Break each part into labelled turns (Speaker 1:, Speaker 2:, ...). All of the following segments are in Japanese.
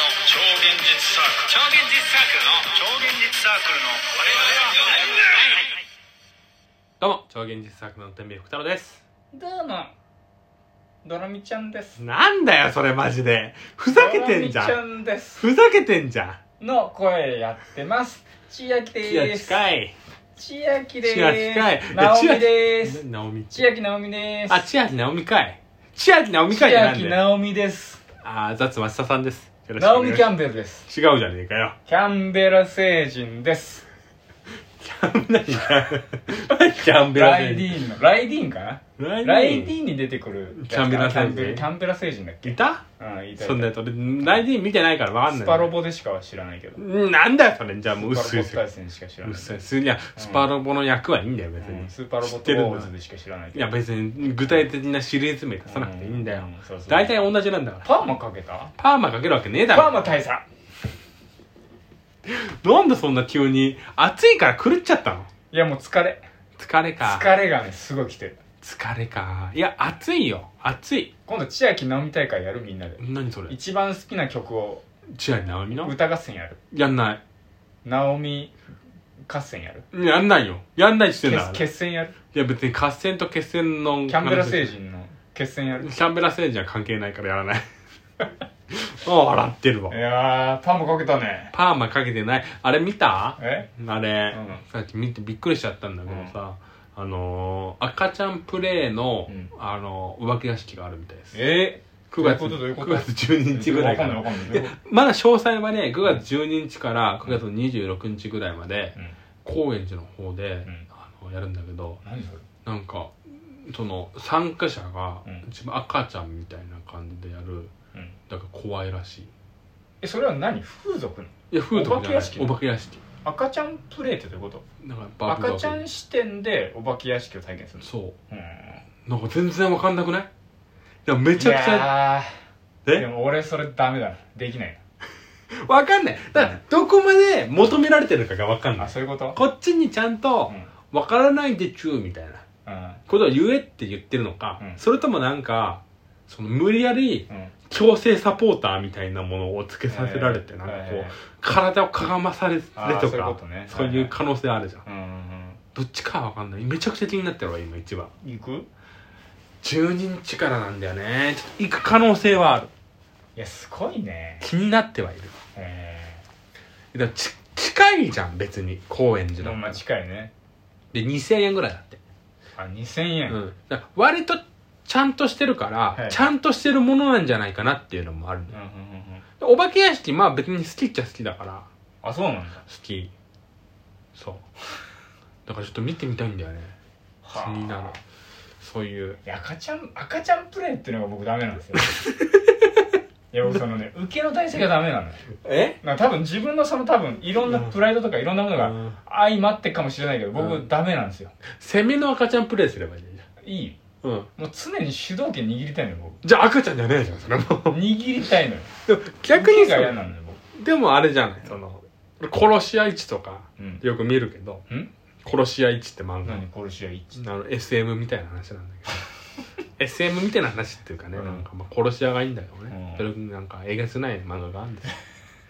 Speaker 1: 現実サークル
Speaker 2: 超現実サークルの
Speaker 1: 超現実サークルの我々は
Speaker 3: どうも超現実作の天秤福太郎です
Speaker 2: どうもドラミちゃんです
Speaker 3: なんだよそれマジでふざけてんじゃ
Speaker 2: ドラ
Speaker 3: ん
Speaker 2: ミちゃんです
Speaker 3: ふざけてんじゃん
Speaker 2: の声やってます千秋
Speaker 3: いや
Speaker 2: です
Speaker 3: 近い
Speaker 2: 千秋です
Speaker 3: 千秋かい
Speaker 2: ナオミです
Speaker 3: なおみ
Speaker 2: 千秋直美です
Speaker 3: あ千秋なおみかい千秋なおみかいって
Speaker 2: 千
Speaker 3: な
Speaker 2: 秋
Speaker 3: んだよ
Speaker 2: 直美です
Speaker 3: あーザッツ松田さんですよろしく
Speaker 2: 直美キャ
Speaker 3: ン
Speaker 2: ンベルです
Speaker 3: 違うじゃねえかよ
Speaker 2: キャンベラ星人です
Speaker 3: キャン何キャンキャンベラ
Speaker 2: ライ
Speaker 3: 星
Speaker 2: ディ
Speaker 3: 人
Speaker 2: ーンのライディーンかな
Speaker 3: ラ
Speaker 2: ライデ
Speaker 3: ン
Speaker 2: ィーンに出てくる
Speaker 3: キャンベラ星人
Speaker 2: キャンベラキャンベラ星人だっけ
Speaker 3: いた
Speaker 2: うんいたいた
Speaker 3: そんなやつ俺ライディーン見てないからわかんない
Speaker 2: スパロボでしかは知らないけど
Speaker 3: なんだよそれじゃあもう
Speaker 2: ス
Speaker 3: 薄
Speaker 2: パ
Speaker 3: い
Speaker 2: ロ
Speaker 3: っ
Speaker 2: ボ
Speaker 3: すよ
Speaker 2: 対戦しか知ら
Speaker 3: うっ
Speaker 2: ない
Speaker 3: すいすにゃスパロボの役はいいんだよ別
Speaker 2: う
Speaker 3: に
Speaker 2: んスーパーロボ
Speaker 3: 知
Speaker 2: ッ
Speaker 3: っ
Speaker 2: ト
Speaker 3: てる
Speaker 2: ウ
Speaker 3: ん
Speaker 2: ォ
Speaker 3: だ
Speaker 2: ーズでしか知らない
Speaker 3: い
Speaker 2: けど
Speaker 3: や別に具体的なシリーズ名出さなくていいんだよ
Speaker 2: うそうそう
Speaker 3: 大体同じなんだから
Speaker 2: パーマかけた
Speaker 3: パーマかけるわけねえだ
Speaker 2: パー
Speaker 3: ろ
Speaker 2: マ大佐
Speaker 3: なんでそんな急に暑いから狂っちゃったの
Speaker 2: いやもう疲れ
Speaker 3: 疲れか
Speaker 2: 疲れがねすごい来てる
Speaker 3: 疲れかいや暑いよ暑い
Speaker 2: 今度千秋直美大会やるみんなで
Speaker 3: 何それ
Speaker 2: 一番好きな曲を
Speaker 3: 千秋直美の
Speaker 2: 歌合戦やる
Speaker 3: やんな
Speaker 2: 直美合戦やる
Speaker 3: いやんないよやんないって言ってんだから
Speaker 2: 決決戦やる
Speaker 3: いや別に合戦と決戦の
Speaker 2: キャンベラ星人の決戦やるい
Speaker 3: キャンベラ星人は関係ないからやらない あ笑ってるわ
Speaker 2: やーパーマかけたね
Speaker 3: パーマかけてないあれ見た
Speaker 2: え
Speaker 3: あれ、
Speaker 2: うん
Speaker 3: さっき見てびっくりしちゃったんだけどさ、あのー赤ちゃんプレイの、
Speaker 2: うん
Speaker 3: あのーお化け屋敷があるみたいです
Speaker 2: え
Speaker 3: 9月
Speaker 2: どういうこと
Speaker 3: 9月12日ぐらいか
Speaker 2: わ
Speaker 3: ら
Speaker 2: かんないわかんないどういうこ
Speaker 3: まだ詳細はね9月12日から9月26日ぐらいまで
Speaker 2: とうん
Speaker 3: 高円寺の方で、
Speaker 2: ん
Speaker 3: あのやるんだけど
Speaker 2: 何それ
Speaker 3: なんかその参加者が
Speaker 2: うん
Speaker 3: 自分赤ちゃんみたいな感じでやる
Speaker 2: うん
Speaker 3: だから怖いらしい
Speaker 2: えそれは何風俗の
Speaker 3: いや風俗じゃない
Speaker 2: お化け屋敷
Speaker 3: お化け屋敷
Speaker 2: 赤ちゃんプレイってどういうこと
Speaker 3: なんかバブバブ
Speaker 2: 赤ちゃん視点でお化け屋敷を体験するんです
Speaker 3: そう
Speaker 2: うん
Speaker 3: なんか全然わかんなくないでもめ
Speaker 2: め
Speaker 3: ちゃくちゃ、
Speaker 2: で
Speaker 3: え
Speaker 2: も俺それダメだなできない
Speaker 3: わかんない。だから、どこまで求められてるかがわかん
Speaker 2: な
Speaker 3: な
Speaker 2: あ
Speaker 3: い。
Speaker 2: そういうこと
Speaker 3: こっちにちゃんと
Speaker 2: う、ん
Speaker 3: わからないでちゅうみたいな
Speaker 2: うん
Speaker 3: ことを言えって言ってるのか、
Speaker 2: うん
Speaker 3: それともなんか、その無理やり
Speaker 2: うん
Speaker 3: 強制サポーターみたいなものをつけさせられて、なんかこう、
Speaker 2: え
Speaker 3: 体をかがまされると
Speaker 2: あー
Speaker 3: か
Speaker 2: そういうことね
Speaker 3: そういう可能性あるじゃん。
Speaker 2: ーうん
Speaker 3: どっちかはわかんない。めちゃくちゃ気になってるわ、今一番。
Speaker 2: うん行く
Speaker 3: 12日からなんだよね。ちょっと行く可能性はある。
Speaker 2: いやすごいね
Speaker 3: 気になってはいる。
Speaker 2: え
Speaker 3: でもち近いじゃん別に高円
Speaker 2: え
Speaker 3: 寺
Speaker 2: で
Speaker 3: の、
Speaker 2: もまあ近いね
Speaker 3: で2000円ぐらいだって、
Speaker 2: あ2000
Speaker 3: う
Speaker 2: 円、
Speaker 3: ん、だから割とちゃんとしてるから、
Speaker 2: はい
Speaker 3: ちゃんとしてるものなんじゃないかなっていうのもあるの
Speaker 2: うんう
Speaker 3: よ
Speaker 2: んうんうん
Speaker 3: でお化け屋敷まあ別に好きっちゃ好きだから
Speaker 2: あそうなんだ
Speaker 3: 好きそうだからちょっと見てみたいんだよね気
Speaker 2: はあ
Speaker 3: になるそういう
Speaker 2: いや赤ちゃん赤ちゃんプレイっていうのが僕ダメなん ですよいや僕そのね受けの体勢がダメなのよ
Speaker 3: え
Speaker 2: なんか多分自分のその多分いろんなプライドとかいろんなものが相まってかもしれないけど
Speaker 3: う
Speaker 2: 僕
Speaker 3: ん
Speaker 2: ダメなんですよ
Speaker 3: セミの赤ちゃんプレイすればいいじ
Speaker 2: いい
Speaker 3: ゃんうん
Speaker 2: もう常に主導権握りたいのよ僕
Speaker 3: じゃあ赤ちゃんじゃねえじゃんそれも
Speaker 2: 握りたいのよ
Speaker 3: でも逆に
Speaker 2: 受け
Speaker 3: さ
Speaker 2: が嫌なのよ
Speaker 3: でもあれじゃないその殺し合い地とか
Speaker 2: 僕うん
Speaker 3: よく見るけど
Speaker 2: ん
Speaker 3: 「殺し屋一」って漫画
Speaker 2: 何殺し屋一致
Speaker 3: あの SM みたいな話なんだけど SM みたいな話っていうかね、
Speaker 2: うん
Speaker 3: なんかまあ殺し屋がいいんだけどね、
Speaker 2: うん
Speaker 3: それなんかえげつない漫画があるんですよ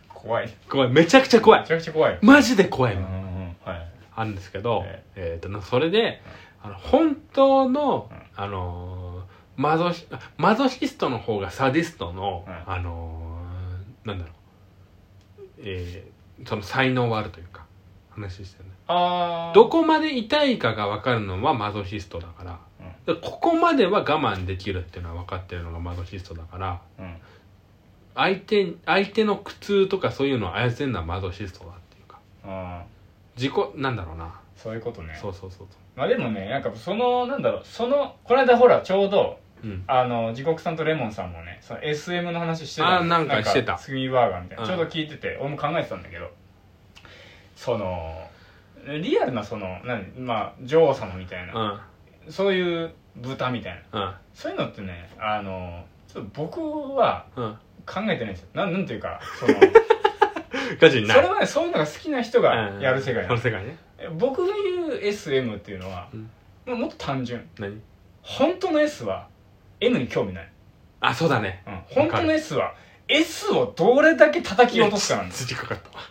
Speaker 2: 怖い
Speaker 3: 怖いめちゃくちゃ怖
Speaker 2: め
Speaker 3: い
Speaker 2: ちゃくちゃ怖いよ
Speaker 3: マジで怖
Speaker 2: う
Speaker 3: い
Speaker 2: んう
Speaker 3: の、
Speaker 2: んうんはい
Speaker 3: あるんですけど、
Speaker 2: え
Speaker 3: えー、とそれであの本当の、
Speaker 2: うん
Speaker 3: あのーマゾシあマゾシストの方がサディストの、
Speaker 2: うん
Speaker 3: あのーなんだろう、えー、その才能はあるというか話してるね
Speaker 2: あー
Speaker 3: どこまで痛いかが分かるのはマゾシストだから、でここまでは我慢できるっていうのは分かってるのがマゾシストだから
Speaker 2: うん
Speaker 3: 相手相手の苦痛とかそういうのを操るのはマゾシストだっていうか
Speaker 2: あ
Speaker 3: 自己なんだろうな、
Speaker 2: ーそういうことね
Speaker 3: そうそうそう
Speaker 2: まあでもねなんかそのなんだろうそのこの間ほらちょうど
Speaker 3: そううん
Speaker 2: あの地獄さんとレモンさんもねその SM の話してたの
Speaker 3: あなんかしてた
Speaker 2: スミバーガーみたいな、
Speaker 3: うん
Speaker 2: ちょうど聞いてて俺も考えてたんだけどそのリアルなその何まあ女王様みたいな、
Speaker 3: うん
Speaker 2: そういう豚みたいな
Speaker 3: うん
Speaker 2: そういうのってねあのちょっと僕は
Speaker 3: うん
Speaker 2: 考えてないんですよなんなんていうか その
Speaker 3: ガチにな
Speaker 2: それはねそういうのが好きな人が
Speaker 3: うん
Speaker 2: やる世
Speaker 3: そ
Speaker 2: 界なの
Speaker 3: の世界ね
Speaker 2: え僕が言う SM っていうのは、
Speaker 3: うん
Speaker 2: もうもっと単純
Speaker 3: 何
Speaker 2: 本当の S は M に興味ない
Speaker 3: あそうだね
Speaker 2: うん本当の S は S をどれだけ叩き落とすかなんです
Speaker 3: 筋かかったわ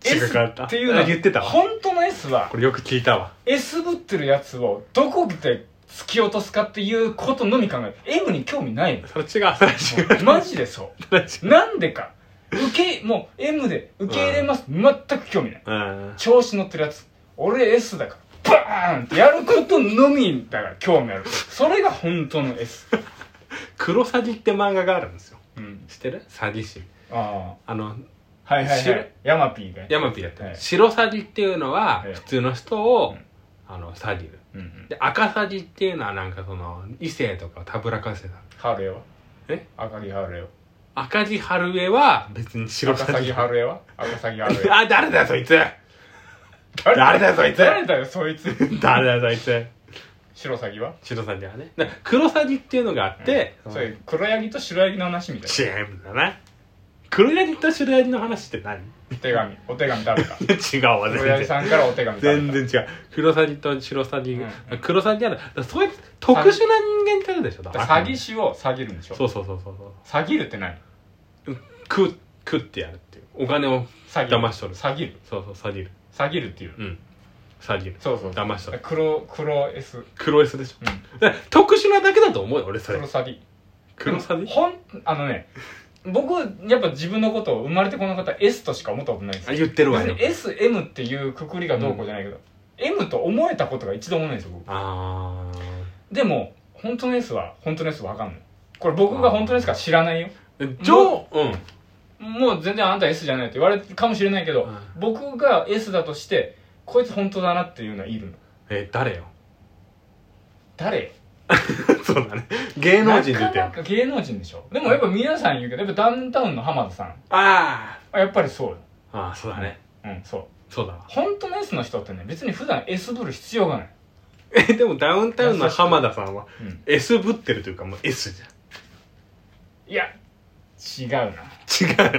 Speaker 3: 筋
Speaker 2: S
Speaker 3: かかった
Speaker 2: っていうのは
Speaker 3: 言ってたわ
Speaker 2: 本当の S は
Speaker 3: これよく聞いたわ
Speaker 2: S ぶってるやつをどこで突き落とすかっていうことのみ考える M に興味ない
Speaker 3: それ違うそれ違う
Speaker 2: のマジでそ
Speaker 3: 違
Speaker 2: うなんでか受けもう M で受け入れます全く興味ない
Speaker 3: うん
Speaker 2: 調子乗ってるやつ俺 S だからバーンってやることのみだから興味あるそれが本当の S
Speaker 3: 黒サギって漫画があるんですよ
Speaker 2: うん
Speaker 3: 知ってる詐欺師
Speaker 2: あ
Speaker 3: あの
Speaker 2: あはいはいは
Speaker 3: 白い
Speaker 2: いヤマピーが
Speaker 3: ヤマピーだった、
Speaker 2: はい
Speaker 3: 白詐欺っていうのは
Speaker 2: はい
Speaker 3: 普通の人を、
Speaker 2: うん
Speaker 3: あの詐欺る
Speaker 2: うんうん
Speaker 3: で赤詐欺っていうのはなんかその異性とかをたぶらかせた
Speaker 2: ハルエは
Speaker 3: え
Speaker 2: 赤城ハルエは
Speaker 3: 赤字春江は別に白
Speaker 2: 赤崎ハルエは赤崎ハルエ
Speaker 3: あ誰だよそいつ誰だよそいつ
Speaker 2: 誰だよそいつ
Speaker 3: 誰だよそいつ
Speaker 2: 白鷺は
Speaker 3: 白詐欺はねだから黒詐欺っていうのがあって、
Speaker 2: そういう黒ヤギと白ヤギの話みたい
Speaker 3: チームだな黒ヤギと白ヤギの話って何
Speaker 2: な手紙お手紙誰か
Speaker 3: 違うわ
Speaker 2: 黒
Speaker 3: 全
Speaker 2: ヤギ
Speaker 3: 然
Speaker 2: さんからお手紙誰
Speaker 3: 全
Speaker 2: か
Speaker 3: 然違う黒詐欺と白詐欺、
Speaker 2: うんうん
Speaker 3: 黒詐欺はだからそういう特殊な人間ってあるでしょだ
Speaker 2: だ
Speaker 3: か
Speaker 2: から
Speaker 3: ら
Speaker 2: 詐欺師を詐欺るんでしょ
Speaker 3: そうそうそうそう
Speaker 2: 詐欺るって何
Speaker 3: そうく食ってやるっていうお金を
Speaker 2: 詐欺る
Speaker 3: 騙しとる
Speaker 2: 詐欺る
Speaker 3: そうそう詐欺る
Speaker 2: 詐欺るっていう
Speaker 3: うん詐欺る
Speaker 2: そうそう
Speaker 3: 騙しとる
Speaker 2: 黒黒 S うん
Speaker 3: 黒 S でしょだから特殊なだけだと思うよ俺それ
Speaker 2: 黒詐欺
Speaker 3: 黒詐欺
Speaker 2: ほんあのね僕やっぱ自分のことを生まれてこの方 S としか思ったことないんです
Speaker 3: あ
Speaker 2: よ
Speaker 3: 言ってるわ
Speaker 2: 別
Speaker 3: よ
Speaker 2: に SM っていうくくりがどうこうじゃないけど、M と思えたことが一度もないんですよ僕
Speaker 3: あ
Speaker 2: でも本当の S は本当の S わかんないこれ僕が本当の S か知らないよ
Speaker 3: ー上うん
Speaker 2: もう全然あんた S じゃないって言われるかもしれないけど、
Speaker 3: うん
Speaker 2: 僕が S だとしてこいつ本当だなっていうのはいるの
Speaker 3: え誰よ
Speaker 2: 誰
Speaker 3: そうだね芸能人で言って
Speaker 2: な
Speaker 3: よ
Speaker 2: かなか芸能人でしょでもやっぱ皆さん言うけどやっぱダウンタウンの浜田さん
Speaker 3: あ
Speaker 2: あやっぱりそうよ
Speaker 3: ーあーそうだね
Speaker 2: うんそう
Speaker 3: そうだわ
Speaker 2: 本当の S の人ってね別に普段 S ぶる必要がない、
Speaker 3: えでもダウンタウンの浜田さんは
Speaker 2: うん、
Speaker 3: S ぶってるというかもう S じ
Speaker 2: いや 違う
Speaker 3: ゃん違う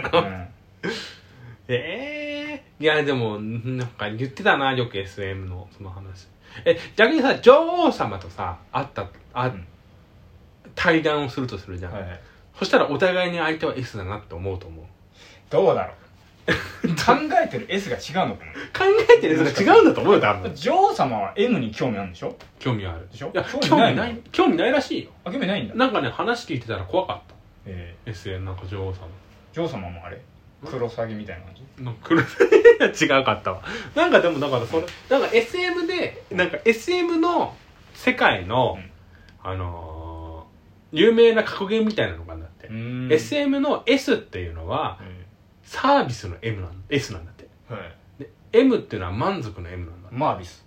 Speaker 2: な、
Speaker 3: の
Speaker 2: うん、
Speaker 3: ええー、いやでもなんか言ってたなよく SM のその話え逆にさ女王様とさ会ったあ、
Speaker 2: うん
Speaker 3: 対談をするとするじゃん、
Speaker 2: はいはい
Speaker 3: そしたらお互いに相手は S だなって思うと思う
Speaker 2: どうだろう 考えてる S が違うのかな
Speaker 3: 考えてるやつが違うんだと思うよ多分
Speaker 2: 女王様は M に興味あるんでしょ
Speaker 3: 興味はある
Speaker 2: でしょ
Speaker 3: いや興味
Speaker 2: 興味ない
Speaker 3: ない興味ないらしいよ
Speaker 2: あ興味ないんだ、
Speaker 3: なんかね話聞いてたら怖かった
Speaker 2: え
Speaker 3: SM なんか女王様
Speaker 2: ー、女王様もあれ黒詐欺みたいな感じ
Speaker 3: なんか黒い違うかったわなんかでもだからそれなんか SM でなんか SM の世界の、
Speaker 2: うん
Speaker 3: あのー有名な格言みたいなのがあるんだって、
Speaker 2: ん
Speaker 3: SM の S っていうのはサービスの M なん S なんだって
Speaker 2: はい、
Speaker 3: で M っていうのは満足の M なんだ
Speaker 2: マービス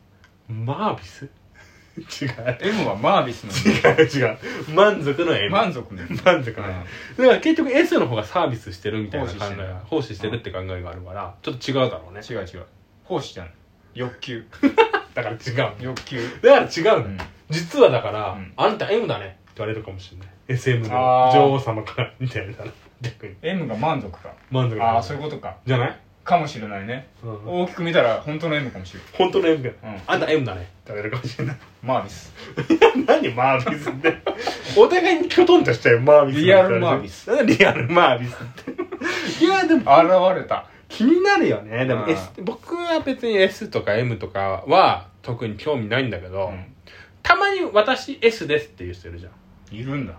Speaker 3: マービス 違う
Speaker 2: M はマービスの
Speaker 3: 違う違う満足 の M
Speaker 2: 満足ね、
Speaker 3: 満足
Speaker 2: う
Speaker 3: の M
Speaker 2: ん
Speaker 3: だから結局 S の方がサービスしてるみたいな考
Speaker 2: 奉仕して
Speaker 3: え
Speaker 2: る
Speaker 3: 奉仕してるって考えがあるからちょっと違うだろうね
Speaker 2: 違う違う奉仕じゃない欲求
Speaker 3: だから違う
Speaker 2: 欲求
Speaker 3: だから違うの、
Speaker 2: うん
Speaker 3: 実はだから、
Speaker 2: うん
Speaker 3: あんた M だねって言われるかもしれない SM の
Speaker 2: あー
Speaker 3: 女王様からみたいな逆に
Speaker 2: M が満足か
Speaker 3: 満足
Speaker 2: ああそういう
Speaker 3: こ
Speaker 2: ことか
Speaker 3: とじゃない、
Speaker 2: かもしれないね
Speaker 3: うん、
Speaker 2: 大きく見たら本当の M かもしれない
Speaker 3: 本当の M が、
Speaker 2: うん
Speaker 3: あんた M だねって言われるかもしれない
Speaker 2: マービス
Speaker 3: 何マービスって お互いにキョトンとしたよマービス
Speaker 2: リアルマービ
Speaker 3: スリアルマービスって いやでも
Speaker 2: 現れた
Speaker 3: 気になるよねでも
Speaker 2: うん
Speaker 3: S 僕は別に S とか M とかは特に興味ないんだけど、
Speaker 2: うん
Speaker 3: たまに私 S ですって言う人いるじゃん
Speaker 2: いるんだ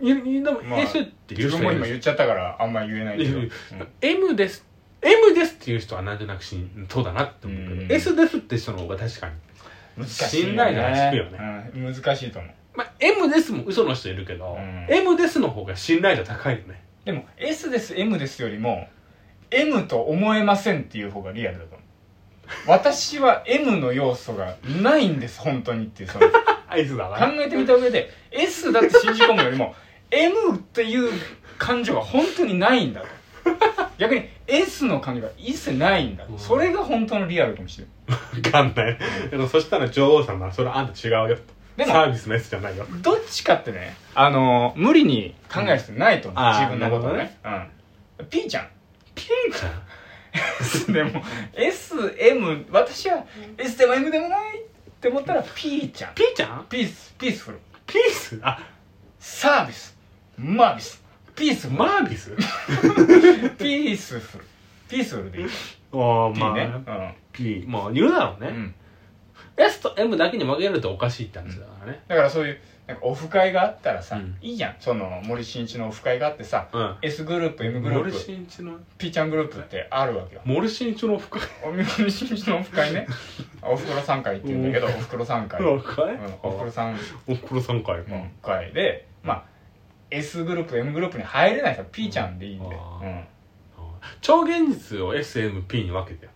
Speaker 3: いいでも
Speaker 2: まあ
Speaker 3: S って言
Speaker 2: 自
Speaker 3: う人
Speaker 2: 分
Speaker 3: いる
Speaker 2: も
Speaker 3: じゃん
Speaker 2: 今言っちゃったからあんま言えないけど、うん
Speaker 3: M です M ですっていう人はなんとなくしんそうだなって思うけど、
Speaker 2: うん
Speaker 3: S ですって人の方が確かに、
Speaker 2: 難しい
Speaker 3: 信頼度が低いよ
Speaker 2: うん、難しいと思う
Speaker 3: まあ、M ですも嘘の人いるけど、
Speaker 2: うん
Speaker 3: M ですの方が信頼度高いよね
Speaker 2: でも S です M ですよりも M と思えませんっていう方がリアルだと思う私は M の要素がないんです本当にっていう その考
Speaker 3: あいつだ
Speaker 2: えてみた上で S だって信じ込むよりも M っていう感情が本当にないんだと逆に S の感情が一切ないんだと
Speaker 3: うん
Speaker 2: それが本当のリアルかもしれない
Speaker 3: 分かんないでもそしたら女王様はそれあんた違うよ
Speaker 2: でも
Speaker 3: サービスの S じゃないよ
Speaker 2: どっちかってねあの無理に考える必要ないと思う、
Speaker 3: うんあー
Speaker 2: 自分のことを
Speaker 3: な
Speaker 2: ねうん P ちゃん
Speaker 3: ピンちゃん
Speaker 2: S でも SM 私は S でも M でもないって思ったら P ちゃん
Speaker 3: ピーちゃん
Speaker 2: ピースピースフル
Speaker 3: ピースあ
Speaker 2: サービスマービスピース
Speaker 3: マービス
Speaker 2: ピースフルピースフルでいいか
Speaker 3: ああ
Speaker 2: P
Speaker 3: まあ、
Speaker 2: ね、
Speaker 3: P まあ言うだろう
Speaker 2: う
Speaker 3: ね、
Speaker 2: んうん
Speaker 3: S と M だけに分けるとおかしいって話だからね
Speaker 2: だからそういうなんかオフ会があったらさ、
Speaker 3: うん
Speaker 2: いいじゃんその森進一のオフ会があってさ
Speaker 3: うん
Speaker 2: S グループ M グル
Speaker 3: モル
Speaker 2: ープ
Speaker 3: シンチの
Speaker 2: P ちゃんグループってあるわけよ
Speaker 3: モルシンチの深い
Speaker 2: お森進一のオフ会ねおふくろ3回って言うんだけどおふくろ3回、うん、おふ
Speaker 3: 深い
Speaker 2: くろ3
Speaker 3: おふくろさんかい
Speaker 2: うん回でまあ S グループ M グループに入れないから P ちゃんでいいんで、
Speaker 3: あ
Speaker 2: う
Speaker 3: ー
Speaker 2: ん、
Speaker 3: 超現実を SMP に分けてよ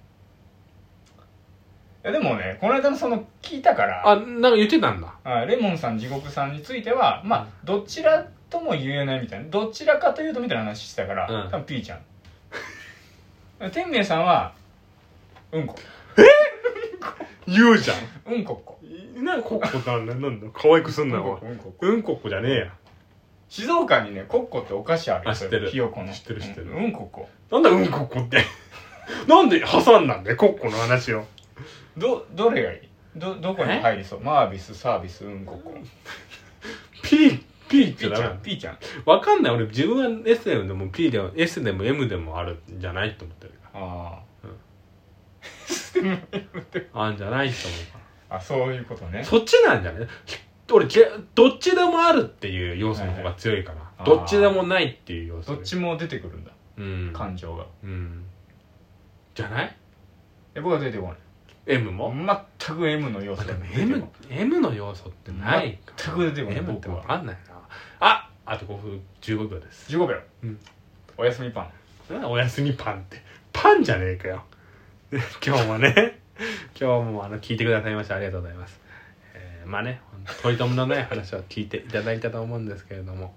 Speaker 2: いやでもねこの間のその聞いたから
Speaker 3: あなんか言ってたんだ
Speaker 2: あレモンさん地獄さんについてはまあどちらとも言えないみたいなどちらかというとみたいな話してたから、
Speaker 3: うん
Speaker 2: 多分 P ちゃん天明さんはうんこ
Speaker 3: 言うじゃん
Speaker 2: うんこっこ
Speaker 3: なんかコッコなんだなんだ可愛くすん
Speaker 2: うん
Speaker 3: な
Speaker 2: こ
Speaker 3: お
Speaker 2: っこうんこっこ
Speaker 3: いうんこっこじゃねえや
Speaker 2: 静岡にねコッコってお菓子あるよ
Speaker 3: あ知ってる
Speaker 2: ひよこの
Speaker 3: 知ってる知ってる
Speaker 2: うんうんこっこ
Speaker 3: なんだうんこっこって なんで挟んだんだよコッコの話を
Speaker 2: どどれがいいどどこに
Speaker 3: え
Speaker 2: 入りそうマービスサービスうんこっこ
Speaker 3: P P っ
Speaker 2: P
Speaker 3: て
Speaker 2: ち
Speaker 3: ダメな
Speaker 2: ゃ
Speaker 3: んの
Speaker 2: P ちゃん
Speaker 3: わかんない俺自分は SM でも P でも S でも M でもあるんじゃないと思ってるか
Speaker 2: あ
Speaker 3: らあんじゃないと思うか
Speaker 2: ああそういうことね
Speaker 3: らそっちなんじゃないき俺けどっちでもあるっていう要素の方が強いから、
Speaker 2: はい
Speaker 3: どっちでもないっていう要素
Speaker 2: どっちも出てくるんだ
Speaker 3: うん
Speaker 2: 感情が
Speaker 3: うんじゃない
Speaker 2: え僕は出てこない
Speaker 3: M も、
Speaker 2: 全く M の要素
Speaker 3: で
Speaker 2: が
Speaker 3: も
Speaker 2: 出てこない
Speaker 3: M, M の要素ってないから
Speaker 2: 全く出てこない
Speaker 3: M って
Speaker 2: 僕は
Speaker 3: わかんないなああと5分15秒です
Speaker 2: 15秒、
Speaker 3: うん
Speaker 2: おやすみパン
Speaker 3: なんだおやすみパンってパンじゃねえかよ 今日もね 今日もあの聞いてくださいましてありがとうございます、えーまあねほんと取り留めのない話は聞いていただいたと思うんですけれども